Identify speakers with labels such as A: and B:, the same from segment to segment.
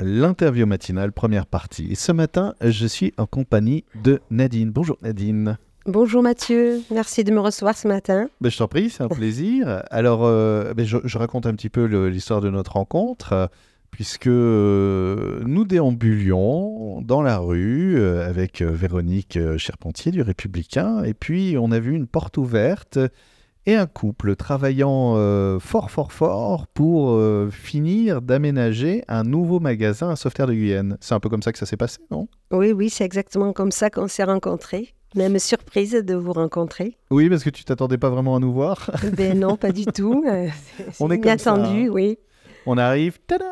A: l'interview matinale, première partie. Et ce matin, je suis en compagnie de Nadine. Bonjour Nadine.
B: Bonjour Mathieu, merci de me recevoir ce matin.
A: Ben, je t'en prie, c'est un plaisir. Alors, euh, ben, je, je, raconte un petit peu le- l'histoire de notre rencontre, euh, puisque euh, nous déambulions dans la rue euh, avec euh, Véronique euh, Charpentier du Républicain, et puis on a vu une porte ouverte et un couple travaillant euh, fort, fort, fort pour euh, finir d'aménager un nouveau magasin à Sauveterre de Guyenne. C'est un peu comme ça que ça s'est passé, non
B: Oui, oui, c'est exactement comme ça qu'on s'est rencontrés. Même surprise de vous rencontrer.
A: Oui, parce que tu t'attendais pas vraiment à nous voir.
B: ben non, pas du tout. euh, c'est
A: On est comme ça,
B: inattendu,
A: hein.
B: oui.
A: On arrive, tada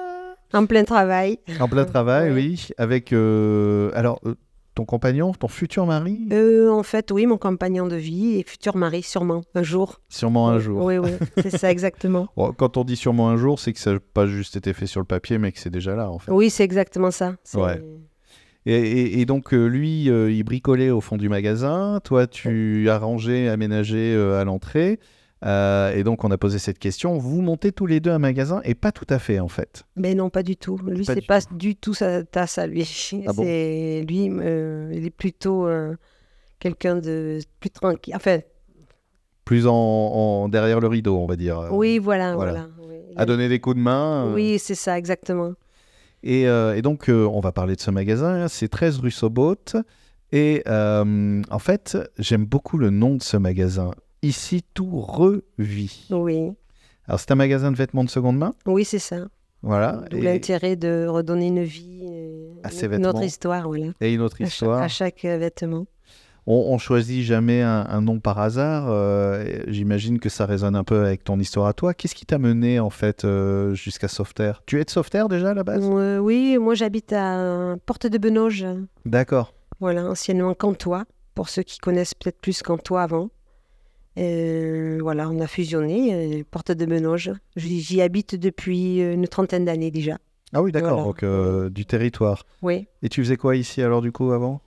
B: En plein travail.
A: En plein travail,
B: Ouais.
A: oui, avec euh, alors euh, ton compagnon, ton futur mari,
B: Euh, en fait, oui, mon compagnon de vie et futur mari, sûrement, un jour.
A: sûrement un jour.
B: Oui, oui, c'est ça exactement.
A: Bon, quand on dit sûrement un jour, c'est que ça n'a pas juste été fait sur le papier, mais que c'est déjà là en fait.
B: Oui, c'est exactement ça. c'est-
A: Ouais. Et, et- et donc euh, lui, euh, il bricolait au fond du magasin, toi tu arrangeais, aménageais euh, à l'entrée, Euh, et donc on a posé cette question. Vous montez tous les deux un magasin et pas tout à fait en fait.
B: Ben non, pas du tout. Lui,
A: Pas
B: c'est
A: du
B: pas du tout sa tasse à lui.
A: Ah bon
B: C'est lui, euh, il est plutôt euh, quelqu'un de plus tranquille. Enfin,
A: Plus en, en- derrière le rideau, on va dire.
B: oui, voilà,
A: voilà.
B: voilà. oui. Il
A: À
B: a-
A: donner des coups de main. euh,
B: Oui, c'est ça, exactement.
A: Et, euh, et donc, euh, on va parler de ce magasin. hein. C'est 13 rue Sobot. Et euh, en fait, j'aime beaucoup le nom de ce magasin. Ici, tout revit.
B: Oui,
A: Alors, c'est un magasin de vêtements de seconde main.
B: oui, c'est ça.
A: Voilà. Ah,
B: D'où
A: Et,
B: l'intérêt de redonner une vie, euh,
A: À ces
B: une- notre
A: vêtements.
B: histoire, voilà.
A: et une autre
B: À, cha-
A: histoire.
B: à chaque euh, vêtement.
A: On, on choisit jamais un, un nom par hasard. euh, et J'imagine que ça résonne un peu avec ton histoire à toi. Qu'est-ce qui t'a mené, en fait, euh, jusqu'à Sauveterre Tu es de Sauveterre déjà, à la base
B: Euh, oui, moi j'habite à Porte de Benoge,
A: D'accord.
B: voilà, anciennement Cantois, pour ceux qui connaissent peut-être plus Cantois avant. Euh, voilà, on a fusionné, euh, Porte de Benoge. J'y j'y habite depuis euh, une trentaine d'années déjà.
A: Ah oui, d'accord.
B: Voilà.
A: Donc, euh, du territoire.
B: Oui.
A: Et tu faisais quoi ici, alors, du coup, avant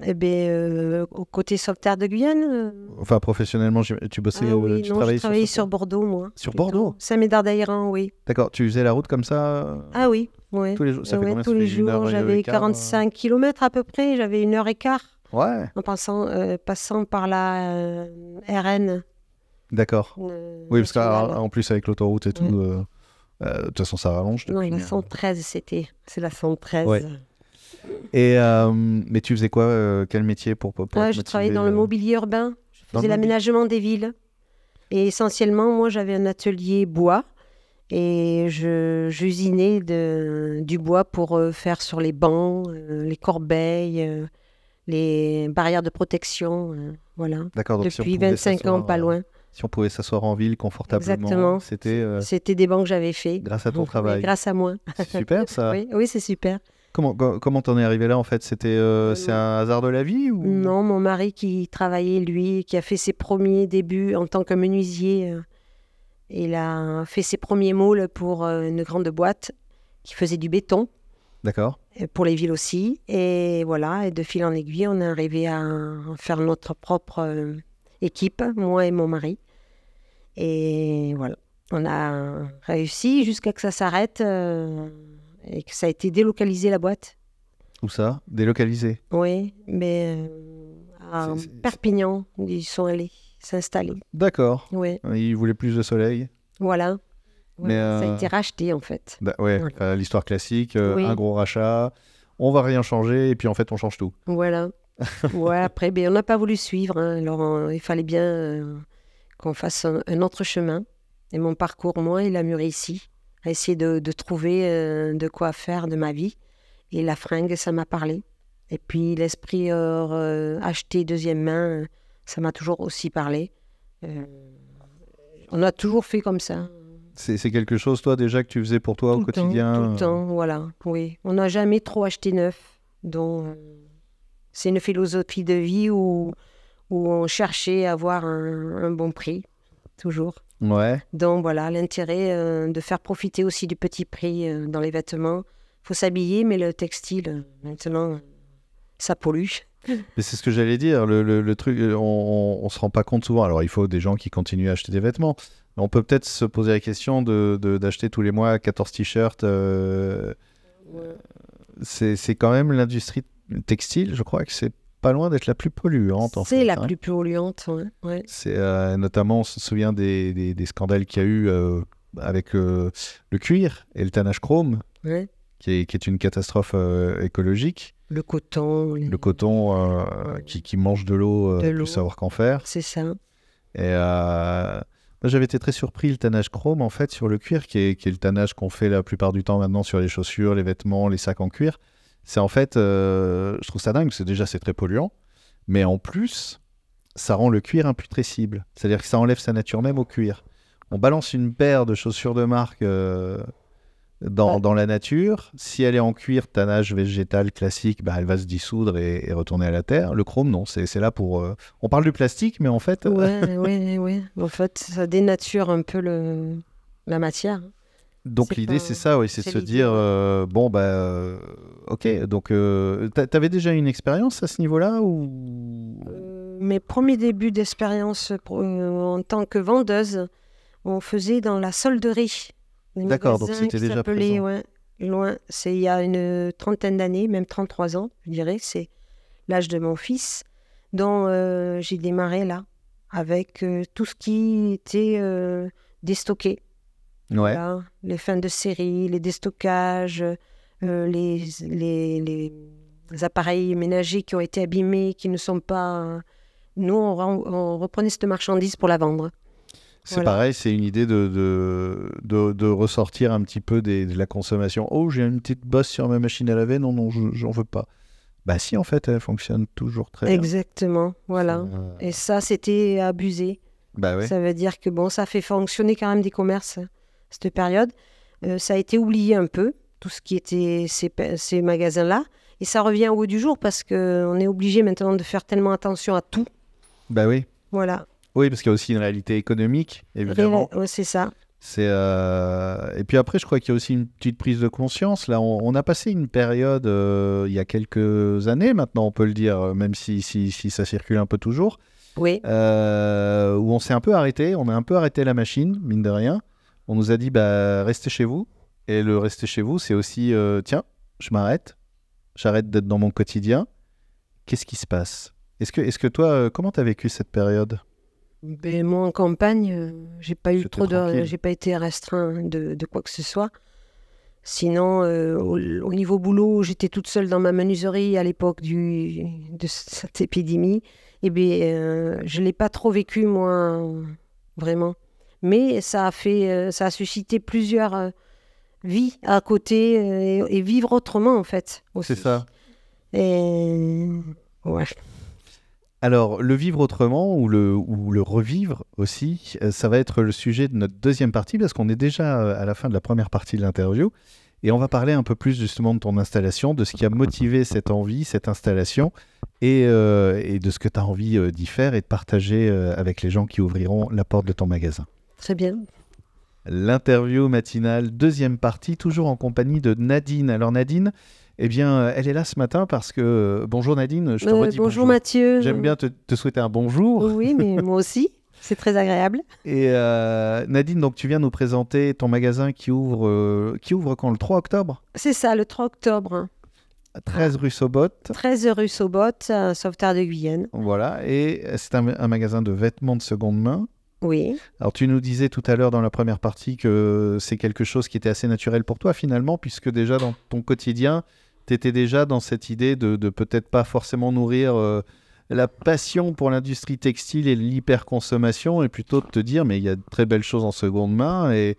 B: Eh bien, euh, au côté sauveterre de Guyane. euh,
A: Enfin, professionnellement, j'im- tu bossais,
B: ah
A: euh,
B: oui,
A: tu
B: non,
A: travaillais
B: je travaillais
A: sur...
B: sur Bordeaux, moi.
A: Sur
B: plutôt.
A: Bordeaux
B: Saint-Médard d'Aïran, hein, oui.
A: D'accord, tu faisais la route comme ça euh,
B: Ah oui, oui.
A: tous les jours. Ça fait
B: Ouais,
A: combien
B: tous
A: Ça
B: les
A: fait une heure,
B: jours,
A: une heure et
B: j'avais
A: quart, euh
B: 45 km à peu près, j'avais une heure et quart
A: Ouais,
B: en passant, euh, passant par la euh, RN.
A: d'accord.
B: euh,
A: Oui, parce
B: nationale.
A: qu'en plus avec l'autoroute et tout, euh, euh, de toute façon, ça rallonge.
B: Non,
A: depuis,
B: la
A: mais-
B: 113, c'était. C'est la 113.
A: Ouais. Et euh, mais tu faisais quoi euh, Quel métier pour, pour pour
B: Moi,
A: te
B: Ah, je
A: motiver,
B: travaillais dans le
A: euh
B: mobilier
A: dans
B: urbain. Je
A: le
B: faisais
A: mobilier-
B: l'aménagement des villes. Et essentiellement, moi, j'avais un atelier bois. Et je- j'usinais de- du bois pour euh, faire sur les bancs, euh, les corbeilles, euh, les barrières de protection. euh, voilà.
A: D'accord, donc si on
B: depuis
A: pouvait
B: 25 ans,
A: s'asseoir,
B: pas
A: euh,
B: loin.
A: Si on pouvait s'asseoir en ville confortablement,
B: Exactement.
A: c'était euh,
B: C'était des bancs que j'avais fait.
A: grâce à ton
B: Oui,
A: travail. Ah.
B: Grâce à moi.
A: C'est Super ça.
B: Oui, oui, c'est super.
A: Comment co- comment t'en es arrivé là en fait C'était euh,
B: Euh,
A: c'est un hasard de la vie ou
B: Non, mon mari qui travaillait, lui, qui a fait ses premiers débuts en tant que menuisier, euh, il a fait ses premiers moules pour euh, une grande boîte qui faisait du béton,
A: D'accord.
B: euh, pour les villes aussi. Et voilà, et de fil en aiguille, on est arrivé à faire notre propre euh, équipe, moi et mon mari. Et voilà, on a réussi jusqu'à que ça s'arrête euh, et que ça a été délocalisé la boîte.
A: Ou ça Délocalisé.
B: Oui, mais euh, à
A: C'est- c'est-
B: Perpignan, ils sont allés s'installer.
A: D'accord.
B: Oui,
A: Euh, Il voulait plus de soleil.
B: voilà.
A: Mais,
B: Voilà, Ça
A: euh,
B: a été racheté, en fait.
A: Bah ouais,
B: Voilà.
A: euh, l'histoire classique, euh,
B: Oui.
A: un gros rachat, on va rien changer et puis en fait on change tout.
B: Voilà. ouais, après, ben, on n'a pas voulu suivre. hein, alors, on- il fallait bien euh, qu'on fasse un, un autre chemin. Et mon parcours, moi, il a mûri ici. À essayer de, de trouver euh, de quoi faire de ma vie. Et la fringue, ça m'a parlé. Et puis, l'esprit euh, euh, acheter deuxième main, euh, ça m'a toujours aussi parlé. Euh, on a toujours fait comme ça.
A: C'est c'est quelque chose toi déjà que tu faisais pour toi au
B: le temps,
A: quotidien.
B: tout
A: euh,
B: le temps, voilà. Oui, on n'a jamais trop acheté neuf. Donc, euh, c'est une philosophie de vie où, où on cherchait à avoir un, un bon prix, toujours.
A: Ouais.
B: Donc, voilà, l'intérêt euh, de faire profiter aussi du petit prix euh, dans les vêtements. faut s'habiller, mais le textile, euh, maintenant, ça pollue.
A: Mais c'est ce que j'allais dire. Le, le- le truc, euh, on, on, on se rend pas compte souvent. Alors il faut des gens qui continuent à acheter des vêtements. Mais On peut peut-être se poser la question de de- d'acheter tous les mois 14 t-shirts. euh, c'est c'est quand même l'industrie textile, je crois que c'est pas loin d'être la plus polluante en fait.
B: C'est la
A: hein.
B: plus polluante, ouais, ouais.
A: C'est euh, notamment, on se souvient des, des- des scandales qu'il y a eu euh, avec euh, le cuir et le tannage chrome,
B: ouais.
A: qui est, qui est une catastrophe euh, écologique.
B: Le coton, les-
A: Le coton euh, qui, qui mange de l'eau,
B: De
A: euh,
B: l'eau.
A: plus savoir qu'en faire.
B: c'est ça.
A: Et euh, moi, j'avais été très surpris, le tannage chrome, en fait, sur le cuir, qui est, qui est le tannage qu'on fait la plupart du temps maintenant sur les chaussures, les vêtements, les sacs en cuir. C'est en fait, euh, je trouve ça dingue, parce que déjà, c'est très polluant, mais en plus, ça rend le cuir imputrescible. C'est-à-dire que ça enlève sa nature même au cuir. On balance une paire de chaussures de marque euh, dans,
B: Ouais.
A: dans la nature. Si elle est en cuir, tannage végétal classique, bah, elle va se dissoudre et, et retourner à la terre. Le chrome, non, c'est c'est là pour. euh, On parle du plastique, mais en fait,
B: Ouais, ouais, ouais. En fait, ça dénature un peu le... la matière.
A: Donc
B: C'est
A: l'idée,
B: pas-
A: c'est ça, oui, c'est de
B: c'est
A: se
B: l'idée,
A: dire,
B: ouais.
A: euh, bon, bah, euh, ok, donc, euh, t'a- t'avais déjà une expérience à ce niveau-là ou...
B: Euh, Mes premiers débuts d'expérience pro- euh, en tant que vendeuse, on faisait dans la solderie. des
A: D'accord, donc
B: magasins
A: c'était
B: qui
A: déjà
B: s'appelaient,
A: présent.
B: ouais, loin, c'est il y a une trentaine d'années, même 33 ans, je dirais, c'est l'âge de mon fils, dont euh, j'ai démarré là, avec euh, tout ce qui était euh, déstocké.
A: Ouais,
B: Voilà, les fins de série, les déstockages, euh, les, les, les- les appareils ménagers qui ont été abîmés, qui ne sont pas. euh, Nous, on, ren- on reprenait cette marchandise pour la vendre.
A: c'est
B: voilà.
A: pareil, c'est une idée de, de, de- de ressortir un petit peu des- de la consommation. Oh, j'ai une petite bosse sur ma machine à laver, non, non, je- j'en veux pas. Bah si, en fait, elle fonctionne toujours très bien.
B: Exactement, voilà.
A: C'est, euh,
B: Et ça, c'était abusé.
A: Bah ouais.
B: Ça veut dire que bon, ça fait fonctionner quand même des commerces, hein, cette période. Euh, ça a été oublié un peu, tout ce qui était ces, pa- ces magasins-là. Et ça revient au goût du jour parce qu'on est obligé maintenant de faire tellement attention à tout.
A: Bah oui.
B: Voilà,
A: Oui, parce qu'il y a aussi une réalité économique, évidemment.
B: Réla- ouais, c'est ça.
A: C'est euh, Et puis après, je crois qu'il y a aussi une petite prise de conscience. Là, on, on a passé une période euh, il y a quelques années maintenant, on peut le dire, euh, même si, si, si ça circule un peu toujours,
B: Oui,
A: euh, où on s'est un peu arrêté, on a un peu arrêté la machine, mine de rien. On nous a dit, bah, restez chez vous. Et le rester chez vous, c'est aussi, euh, tiens, je m'arrête, j'arrête d'être dans mon quotidien. Qu'est-ce qui se passe Est-ce que, est que toi, euh, comment t'as vécu cette période
B: Ben, moi en campagne, euh, j'ai pas eu
A: C'était
B: trop de,
A: tranquille.
B: j'ai pas été restreint de, de quoi que ce soit. Sinon, euh, au, au niveau boulot, j'étais toute seule dans ma menuiserie à l'époque du de cette épidémie. Et ben, euh, je l'ai pas trop vécu moi vraiment. Mais ça a fait, euh, ça a suscité plusieurs euh, vies à côté euh, et, et vivre autrement en fait. aussi.
A: C'est ça.
B: Et ouais.
A: Alors, le vivre autrement ou le, ou le revivre aussi, euh, ça va être le sujet de notre deuxième partie parce qu'on est déjà euh, à la fin de la première partie de l'interview et on va parler un peu plus justement de ton installation, de ce qui a motivé cette envie, cette installation et, euh, et de ce que tu as envie euh, d'y faire et de partager euh, avec les gens qui ouvriront la porte de ton magasin.
B: Très bien.
A: L'interview matinale, deuxième partie, toujours en compagnie de Nadine. Alors Nadine, eh bien, euh, elle est là ce matin parce que... Bonjour Nadine, je te
B: Euh,
A: redis
B: bonjour Mathieu.
A: J'aime bien te, te souhaiter un bonjour.
B: Oui, mais moi aussi. C'est très agréable.
A: Et euh, Nadine, donc tu viens nous présenter ton magasin qui ouvre, euh, qui ouvre quand le 3 octobre
B: C'est ça, le 3 octobre, hein.
A: à 13 rue Sobot.
B: 13 rue Sobot, à Sauveterre de Guyenne.
A: Voilà, et euh, c'est un, un magasin de vêtements de seconde main.
B: Oui,
A: Alors tu nous disais tout à l'heure dans la première partie que c'est quelque chose qui était assez naturel pour toi finalement, puisque déjà dans ton quotidien, tu étais déjà dans cette idée de, de peut-être pas forcément nourrir euh, la passion pour l'industrie textile et l'hyperconsommation, et plutôt de te dire mais il y a de très belles choses en seconde main, et,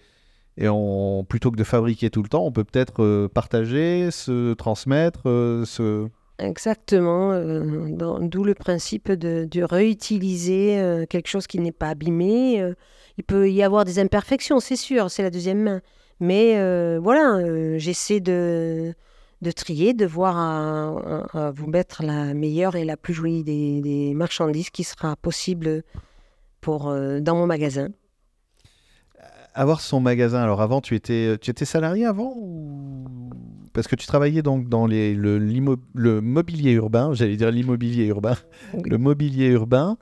A: et on, plutôt que de fabriquer tout le temps, on peut peut-être euh, partager, se transmettre, euh, se...
B: exactement. euh, dans- D'où le principe de, de réutiliser euh, quelque chose qui n'est pas abîmé. euh. il peut y avoir des imperfections, c'est sûr, c'est la deuxième main. Mais euh, voilà, euh, j'essaie de, de trier, de voir à, à- à vous mettre la meilleure et la plus jolie des, des marchandises qui sera possible pour, euh, dans mon magasin.
A: avoir son magasin. Alors avant, tu étais, tu étais salarié avant ou parce que tu travaillais donc dans les, le, l'immo- le mobilier urbain, j'allais dire l'immobilier urbain,
B: Oui.
A: le mobilier urbain.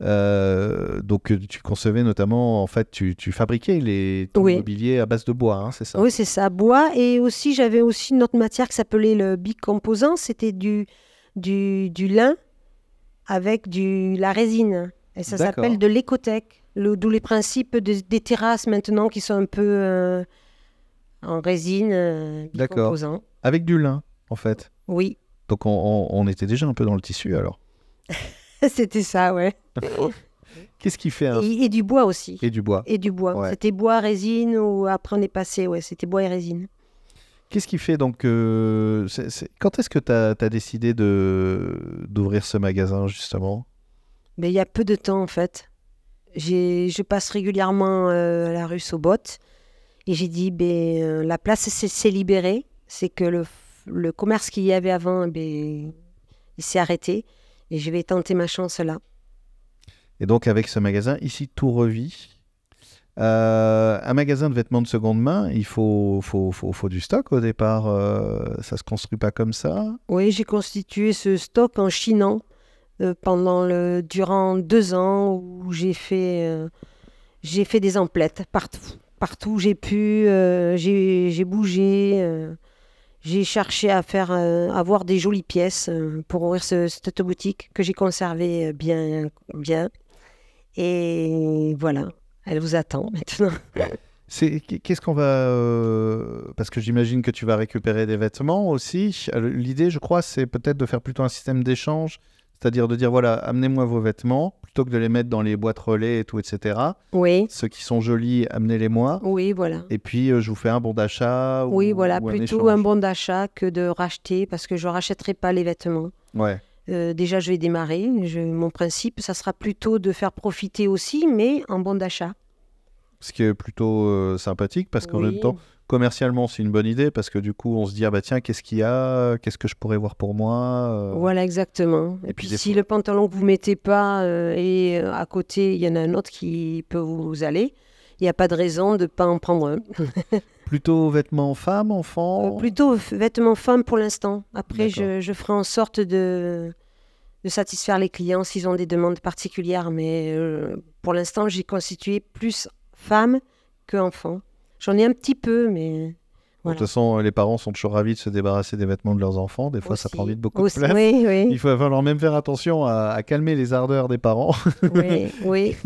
A: Euh, donc tu concevais notamment, en fait, tu, tu fabriquais les ton
B: Oui.
A: mobilier à base de bois, hein, c'est ça
B: Oui, c'est ça, bois. Et aussi, j'avais aussi une autre matière qui s'appelait le bicomposant. C'était du, du, du lin avec du, la résine. Et ça
A: D'accord.
B: s'appelle de l'écothèque. Le- D'où les principes des- des terrasses maintenant qui sont un peu euh, en résine, euh,
A: D'accord.
B: bicomposant.
A: Avec du lin, en fait.
B: Oui,
A: Donc on, on- on était déjà un peu dans le tissu alors.
B: c'était ça, ouais.
A: Qu'est-ce qui fait un...
B: Et, et du bois aussi.
A: Et du bois.
B: Et du bois.
A: Ouais.
B: C'était bois, résine, ou après on est passé, ouais, c'était bois et résine.
A: Qu'est-ce qui fait donc... euh, c'est- c'est- Quand est-ce que tu as, décidé de... d'ouvrir ce magasin, justement
B: Mais il y a peu de temps, en fait. J'ai, je passe régulièrement euh, à la rue Sobot et j'ai dit, ben, euh, la place s'est, s'est libérée. C'est que le, f- le commerce qu'il y avait avant, ben, il s'est arrêté et je vais tenter ma chance là.
A: Et donc avec ce magasin, ici tout revit. Euh, un magasin de vêtements de seconde main, il faut, faut, faut, faut du stock au départ. euh, ça se construit pas comme ça.
B: Oui, j'ai constitué ce stock en chinant euh, pendant le, durant deux ans où j'ai fait, euh, j'ai fait des emplettes partout. Partout où j'ai pu, euh, j'ai j'ai bougé, euh, j'ai cherché à faire euh, avoir des jolies pièces euh, pour ouvrir ce- cette boutique que j'ai conservée euh, bien, bien. Et voilà, elle vous attend maintenant.
A: C'est qu'est-ce qu'on va euh, parce que j'imagine que tu vas récupérer des vêtements aussi. Alors, L'idée, je crois, c'est peut-être de faire plutôt un système d'échange, c'est-à-dire de dire voilà, amenez-moi vos vêtements plutôt que de les mettre dans les boîtes relais et tout, etc.
B: Oui,
A: Ceux qui sont jolis, amenez-les-moi.
B: oui, voilà.
A: Et puis euh, je vous fais un bon d'achat. ou-
B: Oui, voilà,
A: ou
B: plutôt un
A: échange.
B: bon d'achat que de racheter parce que je rachèterai pas les vêtements.
A: Ouais.
B: Euh, déjà, je vais démarrer. Je- mon principe, ça sera plutôt de faire profiter aussi, mais en bon d'achat.
A: Ce qui est plutôt euh, sympathique parce qu'en
B: Oui.
A: même temps, commercialement, c'est une bonne idée parce que du coup, on se dit ah bah tiens, qu'est-ce qu'il y a Qu'est-ce que je pourrais voir pour moi Euh,
B: Voilà, exactement. Et,
A: Et puis
B: puis,
A: des
B: si
A: fois-
B: le pantalon que vous mettez pas euh, et euh, à côté, il y en a un autre qui peut vous aller, il n'y a pas de raison de ne pas en prendre un.
A: Plutôt vêtements femmes, enfants.
B: Euh, plutôt f- vêtements femmes pour l'instant. Après,
A: Oh. D'accord.
B: je, je ferai en sorte de, de satisfaire les clients s'ils ont des demandes particulières. Mais euh, pour l'instant, j'ai constitué plus femmes que enfants. J'en ai un petit peu, mais.
A: Bon, De
B: Voilà.
A: toute façon, euh, les parents sont toujours ravis de se débarrasser des vêtements de leurs enfants. Des fois, ça
B: Aussi.
A: prend vite beaucoup
B: Aussi-
A: de place.
B: Oui, oui,
A: Il faut falloir même faire attention à, à calmer les ardeurs des parents
B: oui, oui.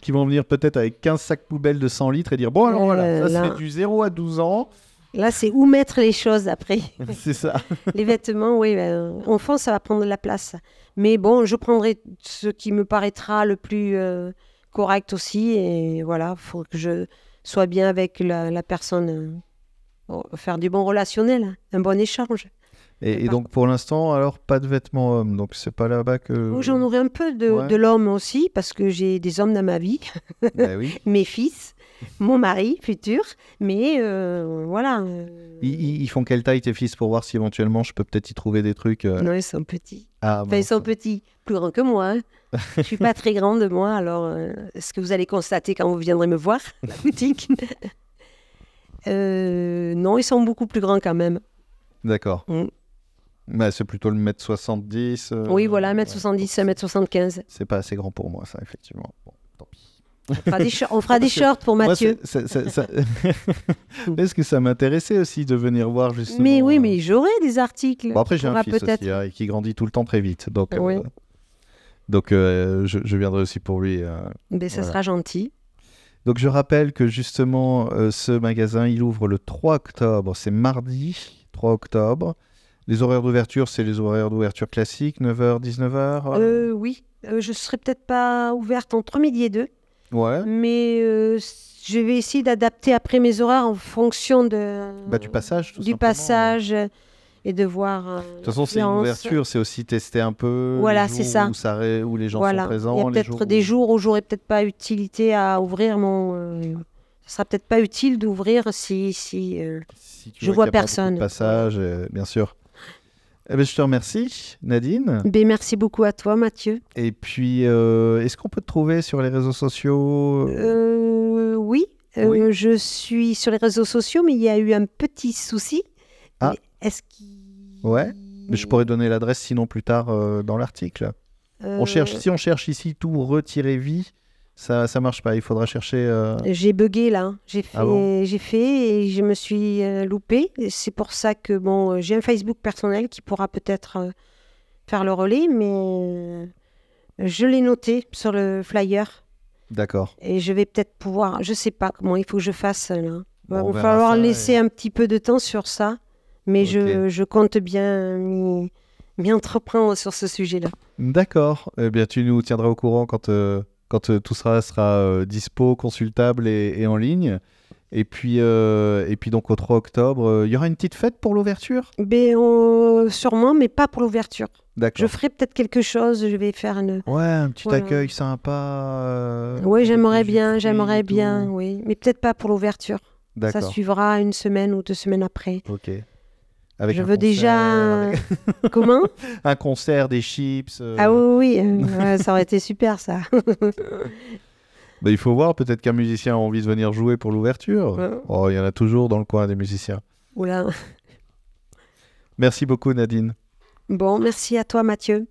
A: qui vont venir peut-être avec 15 sacs poubelles de 100 litres et dire Bon, alors
B: Euh,
A: voilà, ça
B: là.
A: c'est du 0 à 12 ans.
B: Là, c'est où mettre les choses après.
A: c'est ça.
B: Les vêtements, oui, ben, enfant, ça va prendre de la place. Mais bon, je prendrai ce qui me paraîtra le plus euh, correct aussi. Et voilà, faut que je sois bien avec la, la personne. euh, bon, faire du bon relationnel, hein, un bon
A: Euh,
B: échange.
A: Et, et
B: Par-
A: donc, pour l'instant, alors, pas de vêtements hommes. Donc, c'est pas là-bas que.
B: Ou Oh, J'en aurai un peu de,
A: ouais.
B: de l'homme aussi, parce que j'ai des hommes dans ma vie,
A: Bah oui.
B: mes fils, mon mari futur. Mais euh, voilà. euh,
A: Ils- Ils, ils font quelle taille tes fils pour voir si éventuellement je peux peut-être y trouver des trucs euh,
B: Non, ils sont petits.
A: à-
B: Enfin, Mm. Bah, ils sont petits, plus grands que moi. hein. Je suis pas très grande, moi, alors euh, ce que vous allez constater quand vous viendrez me voir, la boutique. Euh, non, ils sont beaucoup plus grands quand même.
A: D'accord.
B: Mm.
A: Bah, c'est plutôt le mètre 70. euh,
B: oui, voilà,
A: ouais.
B: 1m70, 1m75.
A: C'est pas assez grand pour moi, ça, effectivement. Bon, tant pis.
B: On fera des, shor- on fera des
A: Ah, Parce que
B: shorts pour
A: Moi,
B: Mathieu.
A: c'est- ça- ça- ça- Est-ce que ça m'intéressait aussi de venir voir justement
B: mais oui,
A: euh,
B: mais j'aurai des articles.
A: Bon, après, j'ai
B: On
A: un
B: va
A: fils aussi
B: peut-être-
A: hein, et qui grandit tout le temps très vite. Donc,
B: Oui.
A: euh, donc euh, je, je viendrai aussi pour lui. euh,
B: Mais Ben, ça
A: Voilà.
B: sera gentil.
A: Donc je rappelle que justement euh, ce magasin il ouvre le 3 octobre, c'est mardi 3 octobre. Les horaires d'ouverture, c'est les horaires d'ouverture classiques, 9h, 19h.
B: Euh, oui, euh, je serai peut-être pas ouverte entre midi et deux.
A: Ouais.
B: mais euh, je vais essayer d'adapter après mes horaires en fonction de
A: Bah, du passage, tout
B: euh, du
A: simplement.
B: passage et de voir euh,
A: De toute façon, c'est une
B: l'influence.
A: ouverture, c'est aussi tester un peu les
B: Voilà, c'est
A: jours
B: ça.
A: Où, ré- où les gens
B: voilà.
A: sont présents.
B: Il y a
A: les
B: peut-être
A: jours
B: des
A: où-
B: jours où j'aurais peut-être pas utilité à ouvrir mon. euh, ce sera peut-être pas utile d'ouvrir si si. euh,
A: si tu
B: je
A: qu'il y a
B: vois
A: pas beaucoup de
B: personne.
A: Passage, euh, bien sûr. Eh ben, je te remercie, Nadine.
B: Ben, merci beaucoup à toi, Mathieu.
A: Et puis, euh, est-ce qu'on peut te trouver sur les réseaux sociaux
B: Euh, oui, euh, je suis sur les réseaux sociaux, mais il y a eu un petit souci.
A: Ah.
B: Est-ce qu'il Mm.
A: Ouais, Mais Je pourrais donner l'adresse sinon plus tard euh, dans l'article. On cherche, si on cherche ici tout retirer vie, ça ça marche pas. Il faudra chercher. euh,
B: J'ai bugué là. hein. J'ai fait,
A: Ah bon
B: j'ai fait et je me suis euh, loupée. Et C'est pour ça que bon, euh, j'ai un Facebook personnel qui pourra peut-être euh, faire le relais, mais euh, je l'ai noté sur le flyer
A: D'accord.
B: et je vais peut-être pouvoir. Je sais pas comment il faut que je fasse là.
A: Bon, on
B: il va
A: verra
B: falloir
A: ça,
B: laisser
A: et-
B: un petit peu de temps sur ça, mais je,
A: Ok.
B: je compte bien m'y m'y entreprendre sur ce sujet-là.
A: D'accord. Eh bien, tu nous tiendras au courant quand, euh, quand euh, tout ça sera euh, dispo, consultable et, et en ligne. Et puis, euh, et puis donc au 3 octobre, euh, il y aura une petite fête pour l'ouverture
B: Ben, on- sûrement, mais pas pour l'ouverture. Je
A: D'accord.
B: ferai peut-être quelque chose. Je vais faire une
A: Ouais, un petit
B: Voilà.
A: accueil sympa. euh,
B: Oui,
A: avec
B: j'aimerais
A: des jus de
B: bien,
A: fruits
B: j'aimerais
A: et tout.
B: bien, oui. Mais peut-être pas pour l'ouverture. Ça
A: D'accord.
B: suivra une semaine ou deux semaines après.
A: Ok. Avec
B: Je
A: un
B: veux déjà-
A: concert, avec- Euh.
B: Comment
A: un concert, des chips. euh.
B: Ah oui, oui, euh, ouais, ça aurait été super ça.
A: Bah, il faut voir, peut-être qu'un musicien a envie de venir jouer pour l'ouverture.
B: Ouais.
A: Oh, il y en a toujours dans le coin des musiciens.
B: Oula.
A: Merci beaucoup, Nadine.
B: Bon, merci à toi Mathieu.